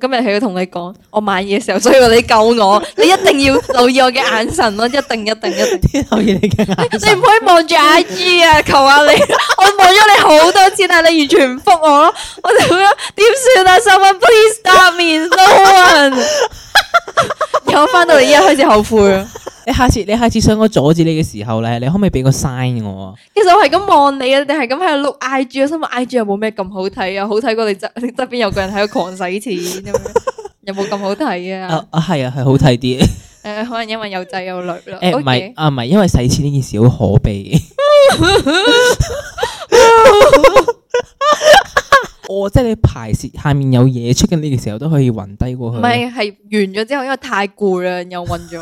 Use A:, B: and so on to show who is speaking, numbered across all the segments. A: 今日佢同你講，我買嘢嘅時候需要你救我，你一定要留意我嘅眼神咯，一定一定一定。
B: 天后你嘅眼
A: 你唔
B: 神，
A: 可以望住 I G 啊！求下你，我望咗你好多次，但係你完全唔覆我咯。我就咁樣點算啊？Someone please stop me, no one！然後我翻到嚟依家開始後悔啊！
B: 你下次你下次想我阻止你嘅時候咧，你可唔可以俾個 sign 我啊？
A: 其實我係咁望你啊，定係咁喺度碌 I G 啊？心諗 I G 有冇咩咁好睇啊？好睇過你側 你側邊有個人喺度狂使錢咁樣，有冇咁好睇啊
B: 啊？啊係啊係好 睇啲，
A: 誒，可能因為有仔有女啦。
B: 誒唔係啊唔係，因為使錢呢件事好可 悲。我哦即係你排泄下面有嘢出緊呢個時候都可以暈低過去。
A: 唔 係，係完咗之後，因為太攰啦，又暈 咗。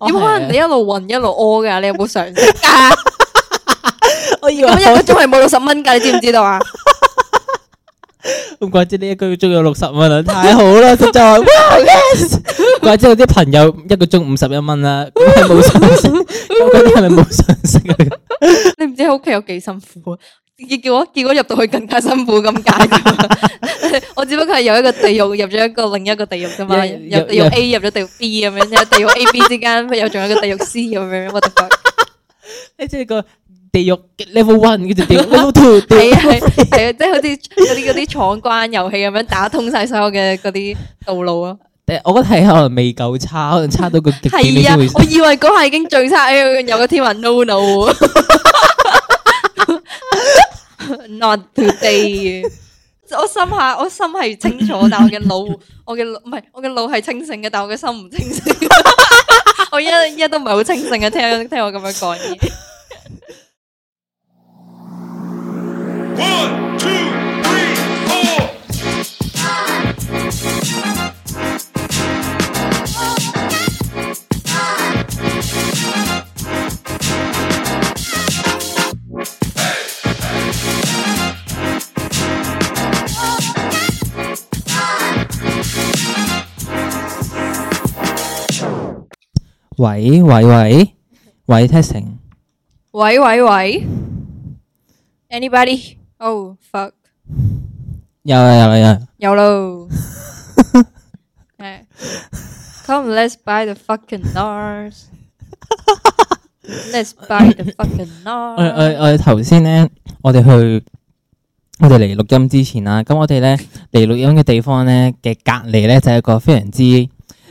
B: 哦
A: 點可能你一路暈一路屙噶？你有冇常識 噶？
B: 我以為
A: 咁一個鐘係冇六十蚊噶，你知唔知道 啊？
B: 唔怪之呢一個鐘有六十 蚊啦，太好啦！實在哇 yes，怪之有啲朋友一個鐘五十一蚊啦，咁係冇常 識，咁嗰啲係咪冇常識啊？
A: 你唔知喺屋企有幾辛苦啊？結結果結果入到去更加辛苦咁解 㗎我只不過係由一個地獄入咗一個另一個地獄啫嘛，
B: 入
A: 入地
B: 入
A: 獄 A 入咗地獄 B 咁樣，有地獄 A、B 之間又仲有一個地獄 C 咁樣，我 哋
B: 你即係個地獄 level one 跟住地獄 level two，地
A: 係
B: 獄
A: 啊係啊係啊，即係好似嗰啲嗰啲闖關遊戲咁樣打通晒所有嘅嗰啲道路啊！
B: 誒我覺得係可能未夠差，可能差到個極點你
A: 係啊
B: 先會，
A: 我以為嗰下已經最差，哎有個天話 no no ，not today。我心下我心係清楚，但我嘅腦，我嘅腦唔係我嘅腦係清醒嘅，但我嘅心唔清醒。 我依家依家都唔係好清醒嘅，聽聽我咁樣講嘢。
C: One, two, three, four.
B: 喂喂喂喂 testing，
A: 喂喂喂，anybody？Oh fuck！
B: 有啦有啦有啦，
A: 有咯。 係 Come, let's buy the fucking NARS. Let's buy the fucking
B: 我
A: NARS.
B: 我我頭先咧，我哋去我哋嚟錄音之前啦，咁我哋咧嚟錄音嘅地方咧嘅隔離咧就係一個非常之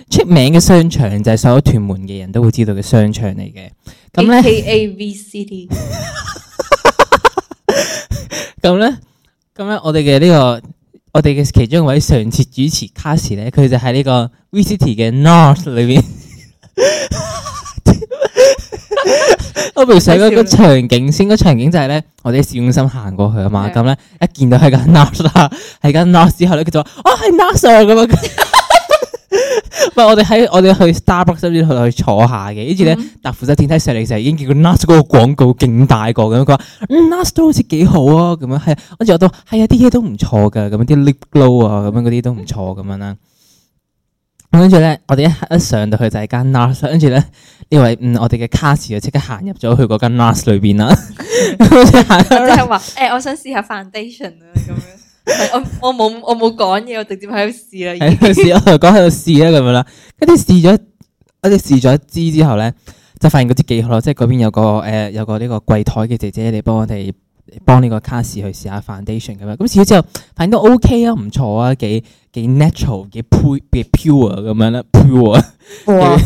B: 出名嘅商場，就係所有屯門嘅人都會知道嘅商場嚟嘅。咁咧，
A: A V City
B: 咁咧，咁咧，我哋嘅呢個我哋嘅其中一位上次主持卡士咧，佢就喺呢個 V City 嘅 North 裏邊。 我描述嗰個場景先，個場景就係咧，我哋喺市中心行過去啊嘛，
A: 係
B: 咁咧一見到係間 Nars 啦，係間 Nars 之後咧，佢就話：哦，係 Nars 啊咁樣。唔係，我哋喺我哋去 Starbucks 嗰邊去坐下嘅，跟住咧搭扶手電梯上嚟就已經見到 Nars 嗰個廣告勁大個咁樣，佢話：嗯，Nars 都好似幾好啊咁樣，係跟住我都係啊，啲嘢都唔錯㗎，咁樣啲 lip glow 啊，咁樣嗰啲都唔錯咁樣啦。咁跟住咧，我哋一一上到去就係間 Nars，跟住咧。呢位嗯，我哋嘅卡士就即刻行入咗去嗰間 Nars 裏邊啦。 咁就行
A: 即
B: 入啦
A: 係話誒，我想試下 foundation 啊，咁樣。係我我冇我冇講嘢，我直接喺度試啦。已
B: 喺
A: 經
B: 度試，我同佢講喺度試啦咁樣啦。跟住試咗，我哋試咗一支之後咧，就發現嗰支幾好咯，即係嗰邊有個誒、呃有個呢個櫃台嘅姐姐嚟幫我哋呃幫呢個卡士去試下 foundation 咁樣。咁試咗之後，發現都 OK 啊，唔錯啊，幾幾 natural，幾 pure，幾 pure 咁樣啦，pure
A: 哇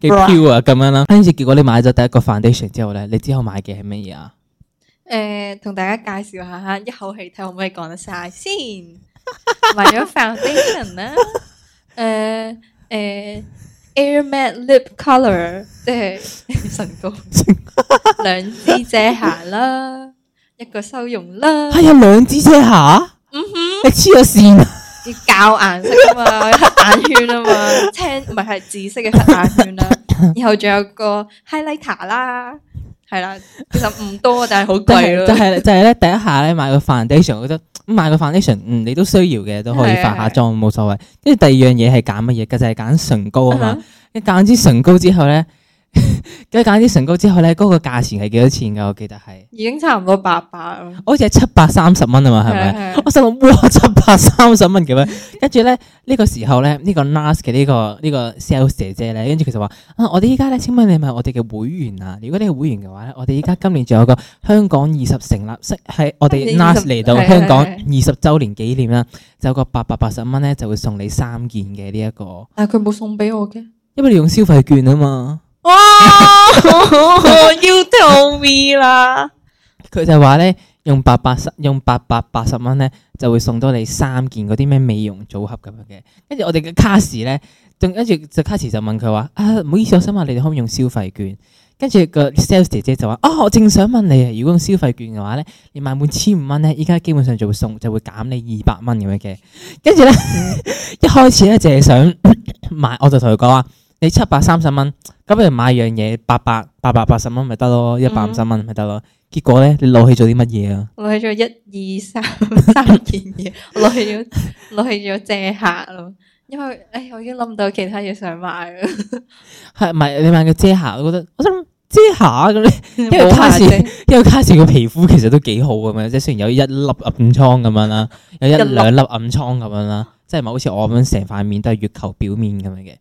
B: 幾 pure 啊咁樣啦。跟住結果你買咗第一個 foundation 之後咧，你之後買嘅係乜嘢啊？
A: 誒，呃同大家介紹下嚇，一口氣睇可唔可以講得晒先。買咗 foundation 啊啦，誒誒 Air Matte Lip Color，即係 唇膏，兩支遮瑕啦，一個修容啦，
B: 啊係有哎兩支遮嗯瑕，你黐咗線啊！
A: 要校顏色啊嘛，有黑眼圈啊嘛，青唔係係紫色嘅黑眼圈 啦，然後仲有個 highlighter 啦，係啦，其實唔多，但係好
B: 就
A: 貴
B: 係就
A: 咯。
B: 係就係咧，第一下咧買個 foundation，我覺得嗯買個 foundation，嗯，你都需要嘅，都可以
A: 係啊
B: 化下
A: 係啊
B: 妝冇所謂。跟住第二樣嘢係揀乜嘢嘅，就係揀唇膏啊
A: 嗯
B: 嘛
A: 哼。
B: 一揀支唇膏之後咧， 跟住揀啲唇膏之後咧，嗰、個價錢係幾多錢㗎？我記得係，
A: 已經差唔多八百啦。
B: 好似係七百三十蚊啊嘛，係咪？
A: 咪？
B: 我心諗哇，七百三十蚊咁樣，跟住咧呢個時候咧，呢、個 NAS 嘅呢、個呢、個 sales 姐姐咧，跟住佢就話啊，我哋依家咧，請問你係咪我哋嘅會員啊？如果你係會員嘅話咧，我哋依家今年仲有個香港二十成立式係我哋
A: 今年二
B: NAS
A: 十
B: 嚟到
A: 係
B: 香港
A: 係
B: 二十週年紀念啦，就有個八百八十蚊咧就會送你三件嘅呢一個，
A: 但啊係佢冇送俾我嘅。
B: 因為你用消費券啊嘛。
A: 哇！要 tell me 啦，
B: 佢就話咧，用八百十用八百八十蚊咧，就會送到你三件嗰啲咩美容組合咁樣嘅。跟住我哋嘅卡士咧，仲跟住就卡士就問佢話：啊，唔好意思，我想問你哋可唔可以用消費券？跟住個 sales 姐姐就話：哦，我正想問你啊，如果用消費券嘅話咧，你買滿千五蚊咧，依家基本上就會送就會減你二百蚊咁樣嘅。跟住咧， 一開始咧就係想 買，我就同佢講話：你七百三十蚊，咁不如買樣嘢八百八百八十蚊咪得咯，一百五十蚊咪得咯。結果咧，你攞起咗啲乜嘢啊？
A: 攞起咗一二三三件嘢， 我攞起咗攞起咗借客咯。因為诶，我已經諗唔到其他嘢想買 啦，
B: 係唔係你買個遮瑕？我覺得我想諗遮瑕咁咧，
A: 因
B: 為卡士因為卡士個皮膚其實都幾好咁樣，即係雖然有一粒暗瘡咁樣啦，有一
A: 一粒
B: 兩粒暗瘡咁樣啦，即係唔係好似我咁樣成塊面都係月球表面咁樣嘅。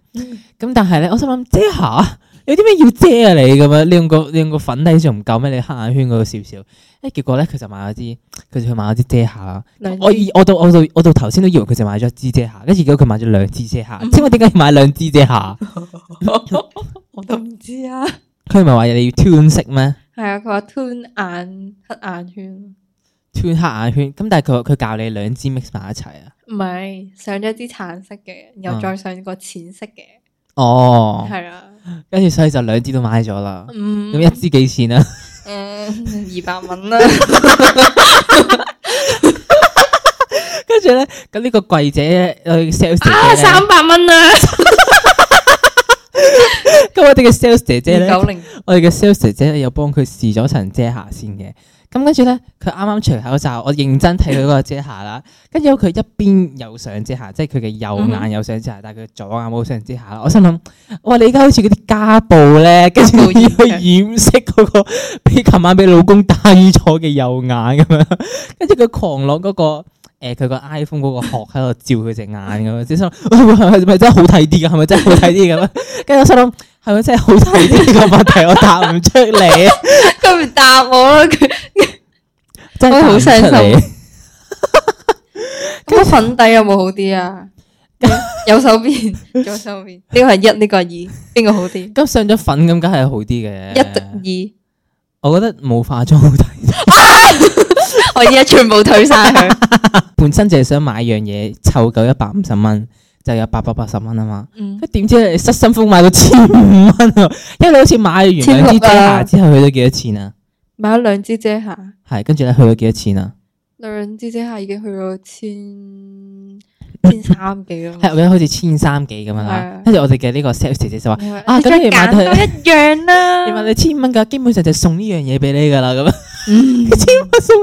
B: 咁但係咧，我心諗遮瑕有啲咩要遮啊你咁樣？你用個你用個粉底仲唔夠咩？你黑眼圈嗰度少少。誒結果咧，佢就買咗支，佢就去買咗支遮瑕啦。
A: 嗯
B: 我以我到我到我到頭先都以為佢就買咗一支遮瑕，跟住結果佢買咗兩支遮瑕。請問點解要買兩支遮瑕？
A: 我都唔知啊。
B: 佢唔係話你要 tune 色咩
A: 係啊，佢話 turn 眼黑眼圈，
B: ？tune 黑眼圈，咁但係佢話佢教你兩支 mix 埋一齊啊。
A: 唔係上咗支橙色嘅，然後再上個淺色嘅，
B: 嗯哦，
A: 係啊，
B: 跟住所以就兩支都買咗啦。
A: 嗯
B: 咁一支幾錢啊？
A: 誒二百蚊啦，
B: 跟住咧，咁呢個櫃姐佢 sales
A: 啊
B: 姐姐
A: 三
B: 呢
A: 百蚊啊啦，
B: 咁我哋嘅 sales 姐姐咧，
A: 九零
B: 我哋嘅 sales 姐姐有幫佢試咗層遮瑕先嘅。咁跟住咧，佢啱啱除口罩，我認真睇佢嗰個遮瑕啦。跟住佢一邊有上遮瑕，即係佢嘅右
A: 嗯
B: 眼有上遮瑕，但係佢左眼冇上遮瑕啦。我心諗，哇！你而家好似嗰啲家暴咧，跟住
A: 家暴
B: 要
A: 現
B: 去掩飾嗰個 俾琴晚俾老公打瘀咗嘅右眼咁樣。跟住佢狂攞嗰、個。誒佢個 iPhone 嗰個殼喺度照佢隻眼咁樣，即係心諗係咪係咪真係好睇啲㗎？係咪真係好睇啲咁樣？跟住我心諗係咪真係好睇啲個問題？我答唔出 嚟，啊
A: 佢唔答我啦，佢
B: 真係
A: 我
B: 好
A: 好傷
B: 傷
A: 心
B: 心。
A: 咁粉底有冇好啲啊？右手 邊，左手邊，呢個係一，呢個係二，邊個好啲？
B: 咁上咗粉咁，梗係好啲嘅。
A: 一
B: 我覺得冇化妝好睇，
A: 二，我而家全部退晒 佢。
B: 本身就係想買樣嘢湊夠一百五十蚊，就有八百八十蚊啊嘛。
A: 嗯
B: 咁點知你失心瘋買到千五蚊喎？ 因為你好似買完兩支遮瑕之後去咗幾多錢啊？
A: 買咗兩支遮瑕，
B: 係跟住咧去咗幾多錢啊？
A: 兩支遮瑕已經去到千千三幾啦。
B: 係我記得好似千三幾咁樣啦
A: 嗯係。
B: 跟住我哋嘅呢個 sales 姐姐就話：
A: 你話
B: 啊
A: 你
B: 咁
A: 再
B: 你買
A: 揀
B: 對
A: 多一樣啦。
B: 你問你千五蚊㗎，基本上就送呢樣嘢俾你㗎啦。咁樣
A: 嗯
B: 千五蚊送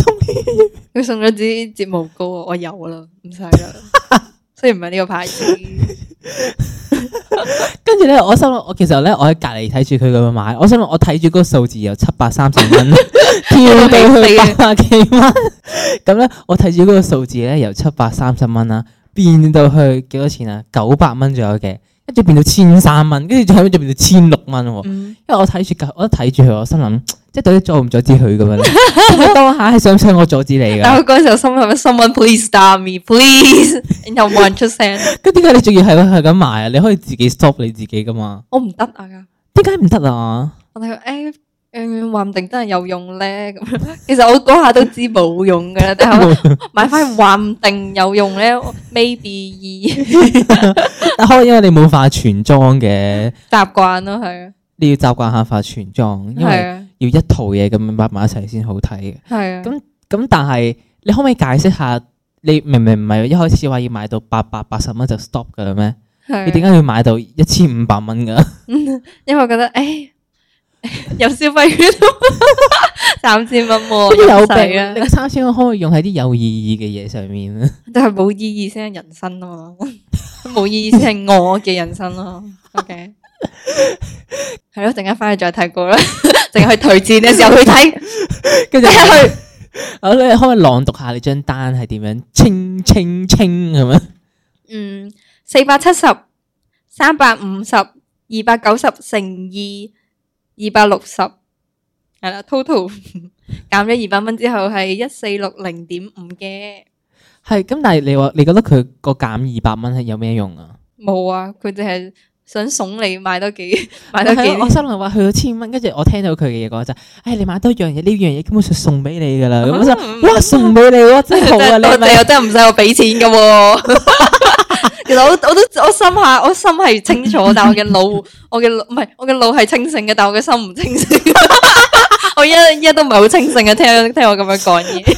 B: 送呢樣嘢。
A: 佢送咗支睫毛膏啊，我有啦，唔使啦。 雖然唔係呢個牌子，
B: 跟住咧，我心諗，我其實咧，我喺隔離睇住佢咁樣買，我心諗，我睇住嗰個數字由七百三十蚊跳到去八百幾蚊，咁咧，我睇住嗰個數字咧由七百三十蚊啦，變到去幾多錢啊？九百蚊左右嘅，跟住變到千三蚊，跟住最後尾就變到千六蚊喎。
A: 嗯，
B: 因為我睇住我一睇住佢，我心諗，即係到底阻唔阻止佢咁 樣咧？咁我當下啊係想唔想我阻止 你
A: 但係
B: 㗎？
A: 我嗰時候心諗，someone please stop me，please，然後冇人出聲，
B: 咁點解你仲要係係咁買啊？你可以自己 stop 你自己噶嘛？
A: 我唔得啊！
B: 點解唔得啊？
A: 我哋诶诶，話唔定真係有用 咧。咁樣其實我嗰下都知冇用嘅，但係我買翻去話唔定有用咧我，maybe 啊
B: 但可能因為你冇化全妝嘅。
A: 二習慣咯，係啊，
B: 你要習慣下化全妝，因
A: 係
B: 為
A: 啊，
B: 要一套嘢咁樣抹埋一齊先好睇嘅。
A: 係啊。
B: 咁咁但係你可唔可以解釋下？你明明唔係一開始話要買到八百八十蚊就 stop 噶啦咩？
A: 係
B: 你點
A: 啊
B: 解要買到一千五百蚊 噶？
A: 因為我覺得 诶有消費 券，三千蚊喎，
B: 有
A: 使
B: 病
A: 啊
B: 你！個三千蚊可唔可以用喺啲有意義嘅嘢上面咧？
A: 但係冇意義先係人生啊嘛，冇意義先係我嘅人生咯。OK，系咯，陣間翻去再睇過啦， 淨係去推薦嘅時候去睇，
B: 跟
A: 即
B: 住
A: 係去
B: 我咧可唔可以朗讀下你張單係點樣？清清清咁樣，
A: 嗯四百七十、三百五十、二百九十乘二、二百六十，係啦，total 減咗二百蚊之後係一四六零點五嘅，
B: 係咁，但係你話你覺得佢個減二百蚊係有咩用啊？
A: 冇啊，佢淨係想送你買多幾 買多幾
B: 係咯我心諗話去到千蚊，跟住我聽到佢嘅嘢講就係，唉，你買多樣嘢，呢樣嘢根本上送俾你噶啦。 咁我心諗哇，送俾你喎，真係好啊！你
A: 我
B: 係咪
A: 哋又真係唔使我俾錢噶喎。 其實我我都我心下我心係清楚， 但我嘅腦我嘅腦唔係我嘅腦係清醒嘅，但我嘅心唔清醒。 我依家依家都唔係好清醒嘅，聽聽我咁樣講嘢。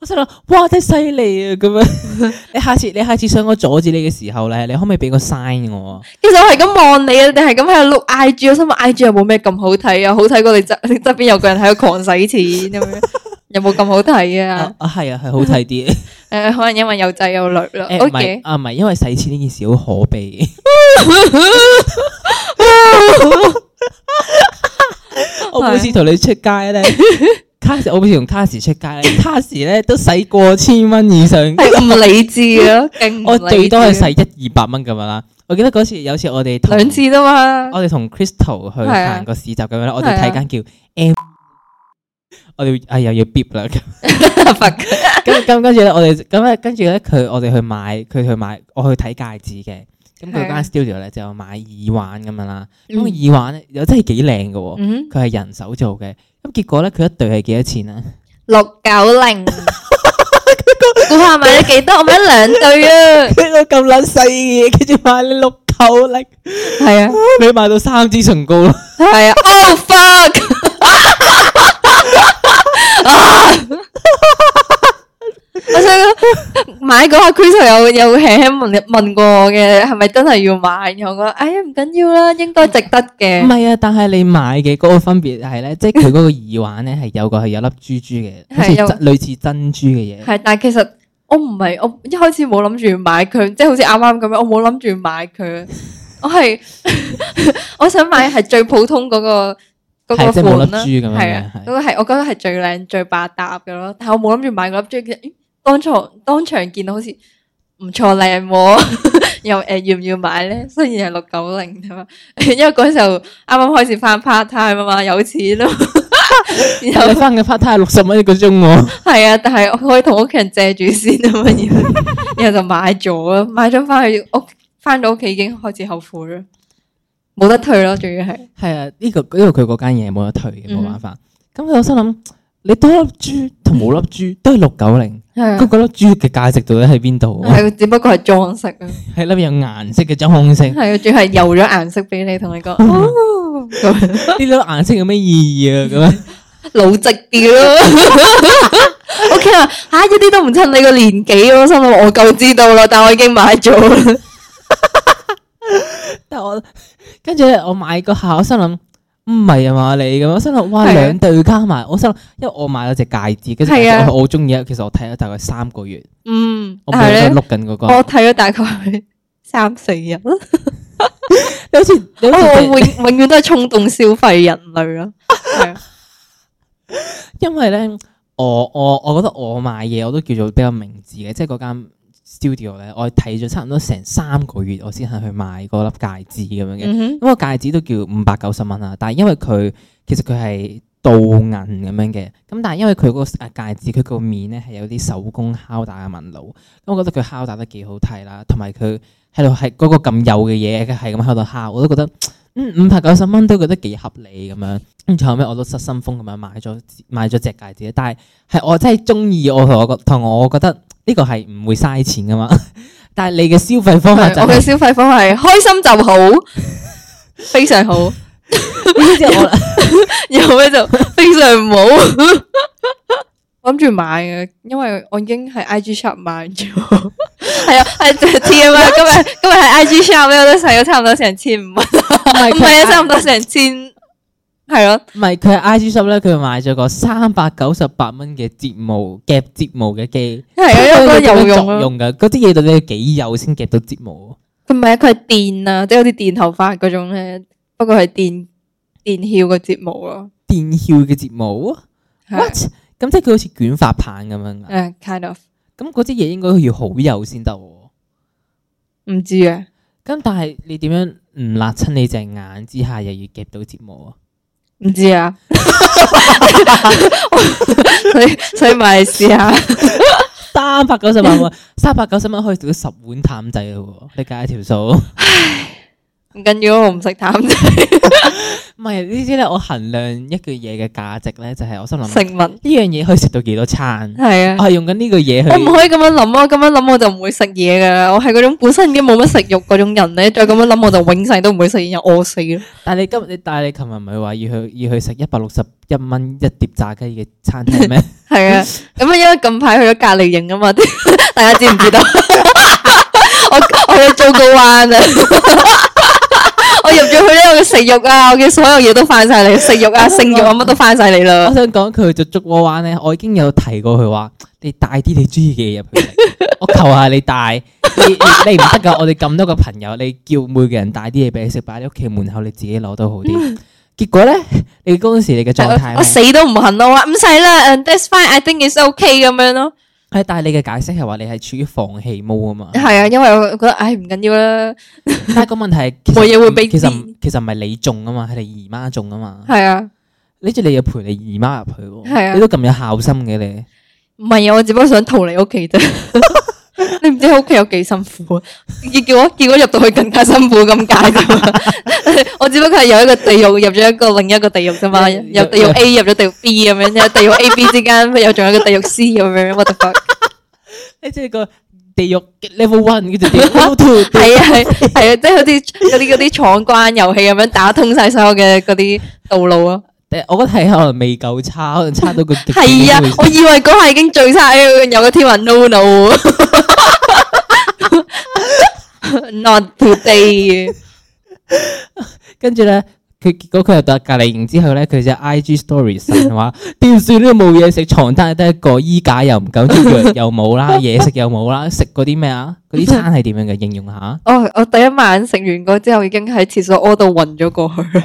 B: 我心諗哇，真係犀利啊！咁樣， 你下次你下次想我阻止你嘅時候咧，你可唔可以俾個 sign 我啊？
A: 其實我係咁望你啊，定係咁喺度碌 I G，我心諗 I G 有冇咩咁好睇啊？好睇過你側 你側邊有個人喺度狂使錢咁樣， 有冇咁好睇啊
B: 啊？啊係啊，係好 睇啲。
A: 誒，可能因為有仔有女啦。
B: 誒
A: O
B: 唔係
A: K，
B: 啊，唔係因為使錢呢件事好可 悲。我每次同你出街咧，卡士我每次同卡士出街咧，卡士咧都使過千蚊以上，
A: 係唔理智啊，勁唔
B: 我最多係
A: 理智
B: 使一二百蚊咁樣啦。我記得嗰次有次我哋同
A: 兩次啫 嘛。
B: 我哋同 Crystal 去
A: 係啊
B: 行個市集咁樣啦，我哋
A: 係啊
B: 睇間叫 M，我哋啊又要 bip 啦。咁咁跟住咧，我哋咁咧，跟住咧，佢我哋去買，佢去買，我去睇戒指嘅。咁佢
A: 係啊
B: 間 studio 咧就有買耳環咁樣啦。咁
A: 嗯
B: 個耳環咧又真係幾靚嘅喎，
A: 嗯，
B: 佢係人手做嘅。咁結果咧，佢一對係幾多錢啊？
A: 六九 零，估下買咗幾多？我買咗兩對啊，
B: 佢個咁撚細嘅嘢，跟住買你六九零，
A: 係啊，
B: 你買到三支唇膏啦。
A: 係啊，Oh fuck！啊我想講買嗰下 Crystal 有有輕輕問問過我嘅，係咪真係要買？然後我講，哎呀唔緊要啦，應該值得
B: 唔
A: 嘅。
B: 係啊，但係你買嘅嗰個分別 係咧，即係佢嗰個耳環咧係有個係有粒珠珠嘅，
A: 係
B: 好似
A: 有
B: 真類似珍珠嘅嘢。
A: 係，但係其實我唔係，我一開始冇諗住買佢，即係好似啱啱咁樣，我冇諗住買佢，我係 我想買係最普通嗰、個嗰、
B: 係即
A: 個
B: 係冇粒
A: 款啦，
B: 珠咁樣嘅
A: 係啊，
B: 係
A: 嗰個係我覺得係最靚最百搭嘅咯，但係我冇諗住買嗰粒珠，咦當場當場見到好似唔錯靚喎， 又誒、呃要唔要買咧？雖然係六九零啫嘛，因為嗰時候啱啱開始翻 part time 啊嘛， 有錢咯，然後
B: 你。翻嘅 part time 六十蚊一 個鐘喎，
A: 系啊，但系我可以同屋企人借住先啊嘛，然後 然後就買咗啦，買咗翻去屋，翻到屋企已經開始後悔啦，冇得退咯，仲要係
B: 係啊，呢個因為佢嗰間嘢冇得退嘅，
A: 嗯
B: 冇辦法。咁我心諗，你多粒珠同冇粒
A: 嗯
B: 珠都係六九零，
A: 係
B: 咁
A: 啊
B: 嗰粒珠嘅價值到底喺邊度？
A: 係啊，只不過係裝飾啊，
B: 係粒有顏色嘅裝 飾，呢
A: 係啊，仲要係油咗顏色俾你，同 你講哦，咁樣
B: 粒顏色有咩意義啊？咁樣
A: 老直啲 咯。O K 啦，吓啊一啲都唔襯你個年紀咯，心諗我夠知道啦，但我已經買咗啦，
B: 但我 跟住咧，我買嗰下，我心諗。唔係啊嘛，你咁樣我心諗，哇
A: 係啊
B: 兩對加埋，我心諗，因為我買咗隻戒指，跟住
A: 係啊
B: 我我好中意啊。其實我睇咗大概三個月，
A: 嗯，
B: 我
A: 但係
B: 每日
A: 咧
B: 都，碌緊嗰個。
A: 我睇咗大概三四日啦。
B: 你好似 你好似
A: 我
B: 淨
A: 永永远都系冲动消費人類 咯，係啊
B: 因為咧，我我我覺得我買嘢我都叫做比較明智嘅，即係嗰間 studio 咧，我係睇咗差唔多成三個月，我先肯去買嗰粒戒指咁樣嘅。咁、
A: 嗯
B: 個戒指都叫五百九十蚊啦，但係因為佢其實佢係鍍銀咁樣嘅，咁但係因為佢嗰個呃戒指佢個面咧係有啲手工敲打嘅紋路，咁我覺得佢敲打得幾好睇啦，同埋佢喺度係嗰個咁幼嘅嘢，佢係咁喺度敲，我都覺得嗯五百九十蚊都覺得幾合理咁樣。跟住後尾我都失心瘋咁樣買咗買咗隻戒指，但係係我真係中意我同我覺同我覺得呢個係唔會嘥錢噶嘛。 但係你嘅消費方法就
A: 係我
B: 係
A: 嘅 消費方法係開心就 好，非常好，
B: 呢啲我
A: 然後咧就非常唔好。 我諗住買嘅，因為我已經喺 I G shop 買咗，係啊， 係 T M 啊，今日今日喺 I G shop 咧，我都使咗差唔多成千五蚊，
B: 唔係
A: 唔
B: 佢
A: 係啊，差唔多成千，係咯，
B: 唔係佢係 I G shop 咧，佢買咗個三百九十八蚊嘅睫毛夾睫毛嘅機，
A: 係啊，因為
B: 佢
A: 我覺得
B: 有
A: 有
B: 咁樣
A: 用
B: 作
A: 咯。
B: 用㗎。嗰啲嘢到底要幾幼先夾到睫毛？
A: 佢唔係佢係電啊，即係好似電頭髮嗰種咧，不過係電電翹嘅節目咯。
B: 電翹嘅節目
A: 係啊
B: ，what？咁即係佢好似捲髮棒咁樣㗎
A: 誒，kind of
B: 咁嗰支嘢應該要好幼先得喎。
A: 唔知啊。
B: 咁但係你點樣唔辣親你隻眼之下，又要夾到節目啊？
A: 唔知啊， 所以所以咪試下，
B: 三百九十萬 喎，三百九十蚊可以食到十碗淡仔咯喎，你計下條數。
A: 唔緊要，我唔識淡仔
B: 唔係呢啲咧，我衡量一句嘢嘅價值咧，就係我心諗
A: 食
B: 呢
A: 物，
B: 樣嘢可以食到幾 多餐。
A: 係
B: 我
A: 啊，
B: 係用緊呢個嘢去
A: 我唔可以咁樣諗啊，咁樣諗我就唔會食嘢噶啦，我係嗰種本身已經冇乜食慾嗰種人咧，再咁樣諗我就永世都唔會食嘢，又餓死咯。
B: 但係你今你但係你琴日唔係話要去要去食一百六十一蚊一碟炸雞嘅餐 廳咩？
A: 係啊，
B: 嗯
A: 咁啊，因為近排去咗隔離營啊嘛， 大家知唔知道？ 我我去做高灣啊！ 我入咗去咧，我嘅食慾啊，我嘅所有嘢都翻晒嚟，食慾
B: 哦
A: 啊、性慾啊，乜都翻晒嚟啦
B: 我。想講佢去咗竹窩灣咧，我已經有提過佢話你帶啲你中意嘅嘢入 去食，我求下你帶，你你你唔得㗎，我哋咁多個朋友，你叫每個人帶啲嘢俾你食，擺喺你屋企門口，你自己攞都好啲。結果咧，你嗰陣時你嘅狀態
A: 嗯我
B: 係咩，
A: 死都唔肯咯，我話唔使啦，嗯，that's fine，I think it's okay 咁樣咯。
B: 係但係你嘅解釋係話你係處於放棄 mode 啊嘛。
A: 係啊，因為我覺得唉唔緊要啦，
B: 但係個問題係其實
A: 冇嘢會俾
B: 其
A: 知
B: 實唔其實唔係你中啊嘛，係你姨媽中啊嘛。
A: 係啊，
B: 呢住你又陪你姨媽入去
A: 係
B: 喎，
A: 啊
B: 你都咁有孝心嘅你。
A: 唔係啊，我只不過想逃離屋企啫。你唔知喺屋企有幾辛苦啊？結結果結果入到去更加辛苦咁解啫嘛。 我只不過係由一個地獄入咗一個另一個地獄啫嘛，由地獄 A 入咗地獄 B 咁樣，由地獄 A、B 之間又仲有一個地獄 C 咁樣，what the fuck？
B: 你即係個地獄 level one 跟住地獄 level two，地
A: 係
B: 獄
A: 啊係係啊，即係好似嗰啲嗰啲闖關遊戲咁樣打通晒所有嘅嗰啲道路啊！
B: 誒我覺得係可能未夠差，可能差到個極點
A: 系啊
B: 都會，
A: 我以為嗰下已經最差有個天話 à? no no。Not today，
B: 跟住咧，佢結果佢又到隔離營之後咧，佢就 IG stories 神話 點算都冇嘢食，床單係得一個，衣架又唔夠，啲藥又冇 啦，嘢食又冇啦，食嗰啲咩啊？嗰啲餐係點樣嘅？形容下。
A: 我我第一晚食完嗰之後，已經喺廁所屙到暈咗 過去啦。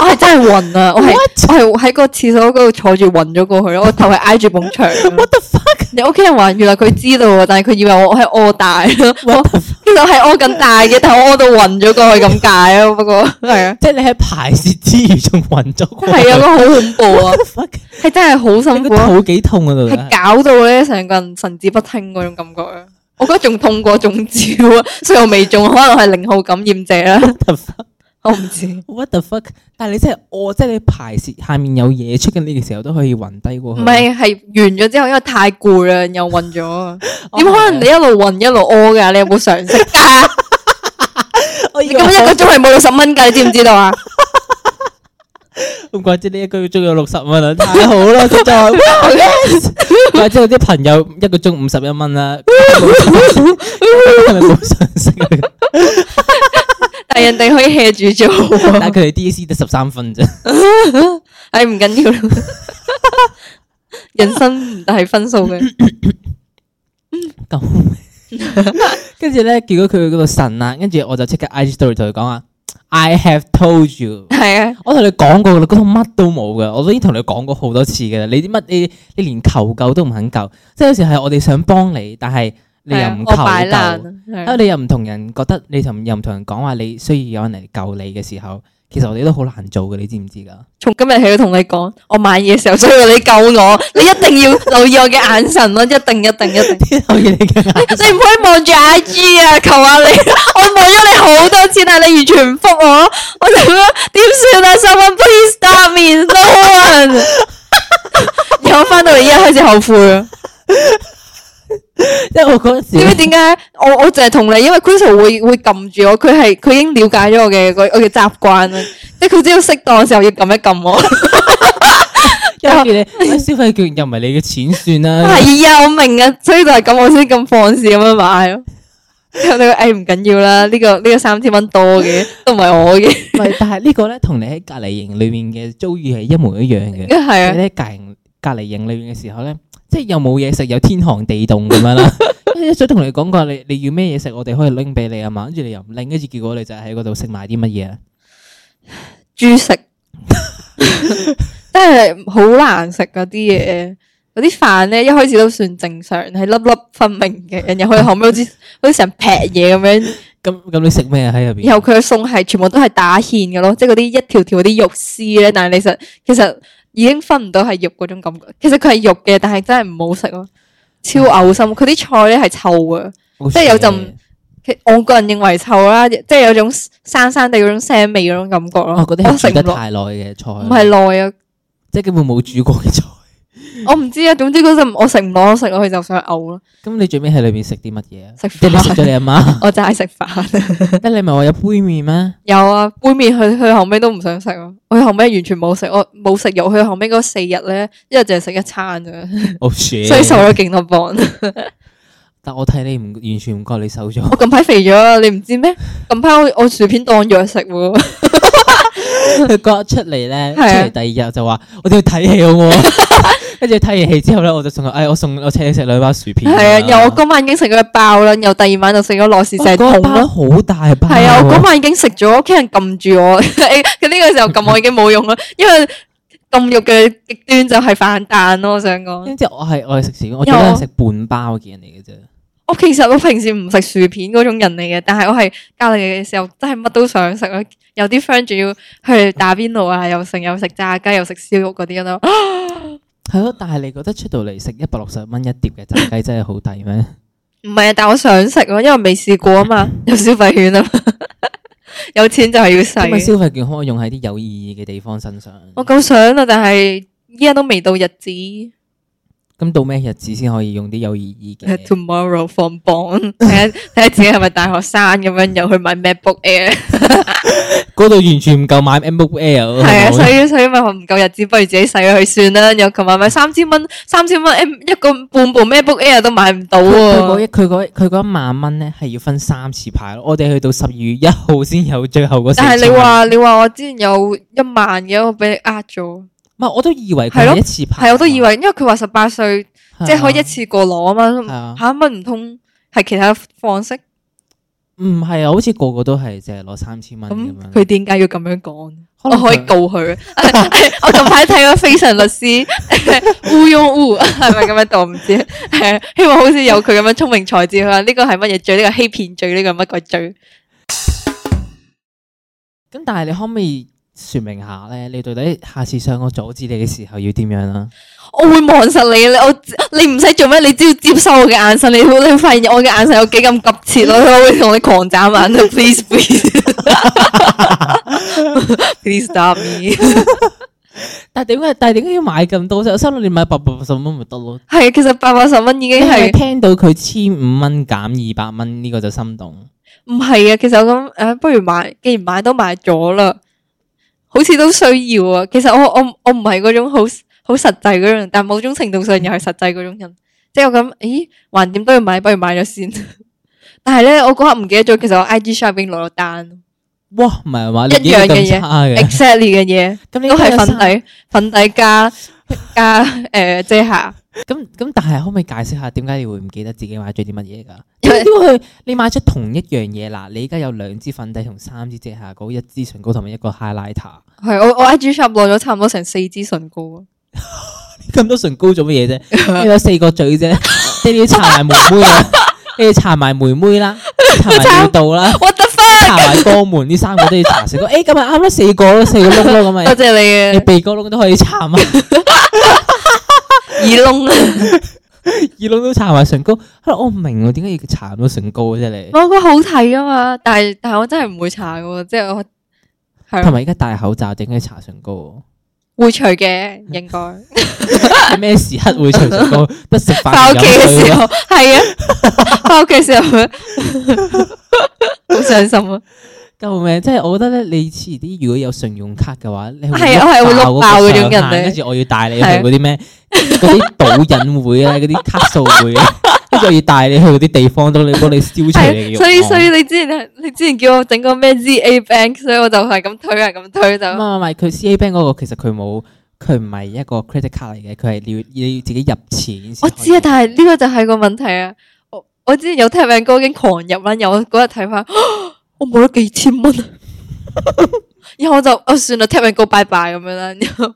A: 我係真係暈啊！我係我係喺個廁所嗰度坐住暈咗過去咯，我頭係挨住埲牆。What the fuck？你屋企人話原來佢知道啊，但係佢以為我係屙大咯。我其實我係屙緊大嘅，但我屙到暈咗過去咁解咯。不過係啊，
B: 即係你喺排泄之餘仲暈咗過去，
A: 係 啊，嗰個好恐怖啊！
B: Fuck，
A: 係真係好辛
B: 你
A: 苦
B: 個
A: 啊！
B: 肚幾痛嗰度
A: 係搞到咧成個人神志不清嗰種感覺啊！我覺得仲痛過中招啊，雖然我未中，可能係零號感染者啦，
B: What the fuck？
A: 我唔知。
B: What the fuck！但係你真係餓，即係你排泄下面有嘢出緊呢個時候都可以暈低過
A: 唔
B: 去。
A: 係，係完咗之後，因為太攰啦，又暈咗啊！
B: 哦
A: 點可能你一路暈一路屙㗎？你有冇常識㗎？
B: 我
A: 你咁一個鐘係冇六十蚊㗎，你知唔知道啊？
B: 唔怪之呢一個鐘有六十蚊啦，太好啦，實在。唔怪之有啲朋友一個鐘五十一 蚊啦，係咪冇常識啊？
A: 但係人哋可以 hea 住做喎，
B: 但係佢哋 D.C 得十三分啫，
A: 唉唔緊 要啦。人生唔係分數嘅，
B: 咁。 跟住咧，結果佢嗰度神啦，跟住我就即刻 I.G story 同佢講啊，I have told you。
A: 係啊。
B: 我同你講過啦，嗰度乜都冇嘅，我都已經同你講過好多次嘅啦。你啲乜你你連求救都唔肯救，即係有時係我哋想幫你，但係你又唔求
A: 係啊我擺爛
B: 救，
A: 係啊
B: 因為你又唔同人覺得你同又唔同人講話你需要有人嚟救你嘅時候，其實我哋都好難做嘅，你知唔知㗎？
A: 從今日起，要同你講，我買嘢嘅時候需要你救我，你一定要留意我嘅眼神咯，一定一定一 定，
B: 啲好嘢你嘅
A: 你唔可以望住 I G 啊，求下你，我望咗你好多次，但係你完全唔覆我，我就咁樣點算啊？Someone please stop me, no one！然後我翻到嚟依家開始後悔啊，
B: 因為我嗰陣時
A: 知唔知
B: 咧
A: 點解？我我就係同你，因為 Crystal 會會撳住我，佢係佢已經了解咗我嘅我我嘅習慣啦，即係佢知道適當嘅時候要撳一撳我。
B: 因為你喂消費券又唔係你嘅錢 算啦，
A: 系啊，我明啊，所以就系咁，我先咁放肆咁样买咯。之後你話誒唔緊要啦，呢、個呢、個三千蚊多嘅都唔係我嘅，
B: 唔係但係呢個咧同你喺隔離營裏面嘅遭遇係一模一樣嘅。
A: 係啊，
B: 你喺隔隔離營裏面嘅時候咧，即係又冇嘢食，又天寒地凍咁樣啦。一早同你講過，你你要咩嘢食，我哋可以拎俾你啊嘛。跟住你又唔拎，跟住結果你就喺嗰度食埋啲乜嘢啊？
A: 豬食，真係好難食嗰啲嘢。嗰啲飯咧，一開始都算正常，係粒粒分明嘅，人入去後尾好似好似成劈嘢咁樣。
B: 咁咁你食咩啊喺入邊？
A: 然後佢嘅餸係全部都係打芡嘅咯，即係嗰啲一條條嗰啲肉絲咧。但係其實其實已經分唔到係肉嗰種感覺。其實佢係肉嘅，但係真係唔好食咯，超嘔心。佢啲菜咧係臭嘅，
B: 有
A: 即係有陣其我個人認為臭啦，即係有種生生地嗰種腥味嗰種感覺
B: 哦，
A: 咯。
B: 嗰啲
A: 我
B: 係
A: 食
B: 煮得
A: 唔落，
B: 太耐嘅菜，
A: 唔係耐啊，
B: 即係根本冇煮過嘅菜。
A: 我唔知啊。總之嗰陣我食唔落，我食落去就想嘔咯。
B: 咁你最尾喺裏邊食啲乜嘢啊？
A: 食
B: 即係你食咗
A: 飯
B: 你 阿媽，
A: 我就係食飯，
B: 得你咪話有杯麵咩？
A: 有啊，杯麵佢佢後尾都唔想食咯，佢後尾完全冇食，我冇食肉，佢後尾嗰四日咧，一日淨係食一餐啫。
B: 哦 shit！
A: 所以瘦咗勁多磅。
B: 但我睇你唔完全唔覺你瘦咗，
A: 我近排肥咗啊，你唔知咩？近排我我薯片當藥食喎，
B: 佢割出嚟咧，出
A: 係啊
B: 嚟第二日就話我哋要睇戲好唔好？ 跟住睇完戲之後咧，我就送佢，哎，我送我請你食兩包薯片。
A: 係啊，又我嗰晚已經食咗一包啦，又第二晚就食咗羅氏石
B: 哇
A: 痛
B: 哦嗰包
A: 咯。
B: 好大包。
A: 係啊，我嗰晚已經食咗，屋企人撳住我， 佢呢個時候撳我已經冇用啦，因為禁肉嘅極端就係反彈咯。我想講，
B: 跟住我係我係食薯片，我最多係食半包嘅人嚟嘅啫。
A: 我其實我平時唔食薯片嗰種人嚟嘅，但係我係隔離嘅時候真係乜都想食咯。有啲 friend 仲要去打邊爐啊，又成又食炸雞，又食燒肉嗰啲咯。
B: 係咯，但係你覺得出到嚟食一百六十蚊一碟嘅炸雞真係好抵 咩？
A: 唔係啊，但我想食咯，因為未試過啊嘛，有消費券啊嘛， 有錢就係要
B: 因為
A: 使。
B: 啊消費券可唔可以用喺啲有意義嘅地方身上？
A: 我夠想啦，但係依家都未到日子。
B: 咁到咩日子先可以用啲有意義嘅？
A: Tomorrow 放榜，睇下睇下自己係咪大學生咁樣，又去買 MacBook Air。
B: 嗰度完全唔夠買 MacBook
A: 係
B: Air
A: 啊，
B: 係咪
A: 所以所以咪話唔夠日子，不如自己使咗佢算啦。又琴日買三千蚊，三千蚊 M 一個半部 MacBook Air 都買唔到
B: 佢嗰一
A: 喎。
B: 佢嗰佢嗰一萬蚊咧係要分三次派咯，我哋去到十二月一號先有最後嗰四次派。
A: 但係你話你話我之前有一萬嘅，我俾你呃咗。
B: 唔係？我都以為
A: 係
B: 佢
A: 咯
B: 係一次派，
A: 係，我都以為，因為佢話十八歲。
B: 係啊
A: 即係可以一次過攞啊
B: 係啊
A: 嘛，嚇乜唔通係其他方式？
B: 唔係啊？好似個個都係淨係攞三千蚊咁
A: 咁
B: 樣。
A: 佢點解要咁樣講？
B: 可
A: 我
B: 能
A: 可以
B: 佢
A: 告佢。 我近排睇過《非常律師》 烏庸烏，係咪咁樣讀？唔知 係啊希望好似有佢咁樣聰明才智。佢話呢個係乜嘢罪？呢個係欺騙罪？呢個係乜鬼罪？
B: 咁，但係你可唔可以説明下咧？你到底下次上我阻止你嘅時候要點樣啊啦？
A: 我會望實你，你我你唔使做咩，你只要接收我嘅眼神，你會你會發現我嘅眼神有幾咁急 切咯，我會同你狂眨眼，please please please stop me。
B: 但係點解？但係點解要買咁多啫？我心諗你買八百八十蚊咪得咯。
A: 系，啊其實八百十蚊已
B: 你
A: 經
B: 係
A: 係
B: 聽到佢千五蚊減二百蚊呢個就心動。
A: 唔係啊？其實我咁诶、誒不如買，既然買都買咗啦，好似都需要啊。其實我我我唔係嗰種好好實際嗰種人，但某種程度上又係實際嗰種人。即係我咁，咦，橫掂都要買，不如買咗先。 但係咧，我嗰刻唔記得咗，其實我 I G shop 已經攞咗單
B: 哇，唔係話
A: 一
B: 你已經
A: 樣嘅
B: 咁
A: 嘢
B: 差嘅，
A: ，exactly 嘅嘢
B: 咁你
A: 都係
B: 有
A: 粉
B: 三
A: 底、粉底 加加诶、遮瑕。
B: 咁咁，但係可唔可以解釋下點解你會唔記得自己買咗啲乜嘢㗎？
A: 因
B: 因
A: 為
B: 為佢你買咗同一樣嘢啦，你而家有兩支粉底同三支遮瑕膏，一支唇膏同埋一個 highlighter。
A: 係我我 I G shop 攞咗差唔多成四支唇膏啊。
B: 咁多唇膏做乜 嘢啫？你有四個嘴啫，你要搽埋妹妹啦，你要搽埋妹妹啦，搽埋尿道 啦，
A: What the fuck！
B: 搽埋肛門，呢三個都要搽成個。誒，咁咪啱啦，四個咯，四個窿咯，咁
A: 多
B: 咪
A: 謝你啊嘅
B: 你鼻哥窿都可以搽埋， 耳
A: 耳窿啊！
B: 窿都搽埋唇膏。係咯我唔明喎，點解要搽咁多唇膏啫？你
A: 我覺得好睇噶嘛，但係但係我真係唔會搽噶，即係我
B: 同
A: 係
B: 埋而家戴口罩，點解要搽唇膏？
A: 會除嘅，應該
B: 係咩時刻會除 唇膏？得食飯
A: 翻屋企嘅時
B: 候，
A: 候係 啊，翻屋企嘅時候 好傷心啊！
B: 救命！即係我覺得咧，你遲啲如果有信用卡嘅話，你
A: 係啊我係會碌爆嗰種人嚟
B: 嚟。跟住我要帶你去
A: 係啊
B: 嗰啲咩嗰啲賭癮會啊，嗰啲卡數 會啊，跟住我要帶你去嗰啲地方度，你幫你消除你嘅哦
A: 係
B: 欲
A: 啊，
B: 望
A: 所以所以你之前你之前叫我整個咩 ZA Bank，所以我就係咁推係咁推就
B: 唔係唔係，佢 C A Bank 嗰個其實佢冇，佢唔係一個 credit card 嚟嘅，佢係你要你要自己入錢先可以。
A: 我知啊，但係呢個就係個問題啊！我我之前有聽名歌已經狂入啦，有嗰日睇翻， 我冇咗幾千蚊啊！ 然後我就哦算啦，聽名歌拜拜咁樣啦。 然後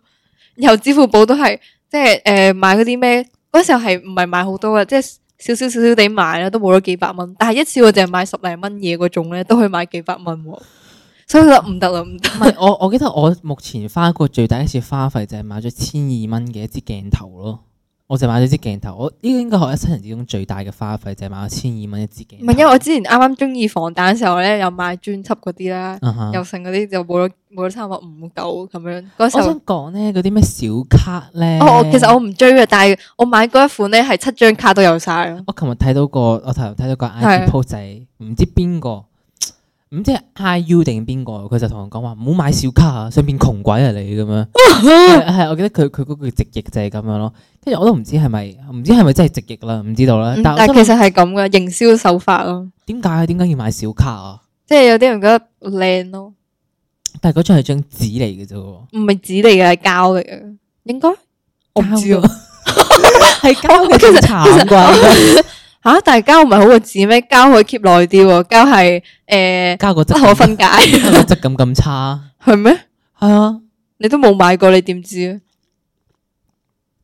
A: 然後支付寶都係即係诶、呃、买嗰啲咩？嗰時候係唔係買好多嘅，啊即係少少少少地買啦，都冇咗幾百蚊。但係一次我淨係買十零蚊嘢嗰種咧，都可以買幾百蚊喎。所以我覺得唔得啦，唔得。
B: 唔係我我記得我目前花過最大一次花費就係買咗千二蚊嘅一支鏡頭咯。我就買咗支鏡頭，我呢個應該係我一生人之中最大嘅花費，就係買咗千二蚊一支鏡頭。
A: 唔係因為我之前啱啱中意防彈嘅時候咧，又買專輯嗰啲啦，
B: 嗯哼
A: 又剩嗰啲就冇咗冇咗差唔多五嚿咁樣。嗰時候
B: Ờ. 我想講咧，嗰啲咩小卡咧，
A: 哦，我其實我唔追嘅，但係我買嗰一款咧係七張卡都有晒咯。
B: 我琴日睇到個，我頭睇到個 I
A: 係
B: G post 仔，唔知邊個，唔知係 I U 定邊個，佢就同我講話唔好買小卡啊，想變窮鬼啊你咁 樣。係係，我記得佢佢嗰句直譯就係咁樣咯。跟住我都唔知係咪，唔知係咪真係直譯啦，唔知道啦
A: 嗯。
B: 但
A: 但
B: 係
A: 係
B: 我
A: 其
B: 心諗
A: 實係咁嘅營銷手法咯，
B: 點解點解要買小卡啊？
A: 即係有啲人覺得靚咯，
B: 但係嗰張係張紙嚟嘅啫喎，
A: 唔係紙嚟嘅，係膠嚟嘅，應該我唔知喎
B: 膠嘅。 係 膠嘅
A: 其實哦
B: 仲慘啩，
A: 吓，但係膠唔係好過紙咩？膠可以 keep 耐啲喎，膠係诶
B: 膠個
A: 不
B: 質
A: 可
B: 感
A: 分解
B: 膠個質感咁差，
A: 啊 係咩？
B: 係啊。
A: 你都冇買過，你點知啊？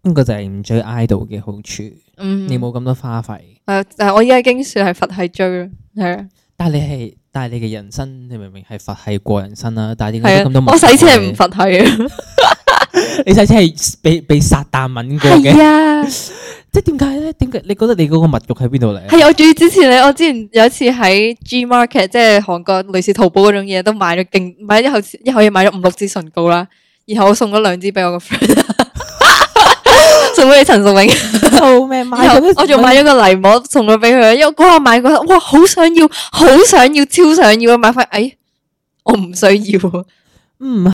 B: 呢個就係唔追 idol 嘅好處，
A: 嗯，
B: 你冇咁多花費，
A: 係但係我依家已經算係佛系追啦，係啊。
B: 但係你係，但係你嘅人生，你明明係佛系過人生啦，但係點
A: 系
B: 解
A: 啊
B: 都咁多，
A: 我使錢係唔
B: 佛，
A: 佛系嘅，
B: 你使錢係被被撒旦吻過嘅，
A: 係啊，
B: 即係點解咧？點解你覺得你嗰個物欲喺邊度嚟啊？
A: 係啊我仲要之前咧，我之前有一次喺 G Market，即係韓國類似淘寶嗰種嘢，都買咗勁買一口一口嘢買咗五六支唇膏啦，然後我送咗兩支俾我個 friend，送俾陳淑穎，
B: 做 咩
A: 然後我啊仲買咗個泥膜送咗俾佢，因為嗰下買嗰下，哇，好想要，好想要，超想要，買翻，哎，我唔需要啊。
B: 唔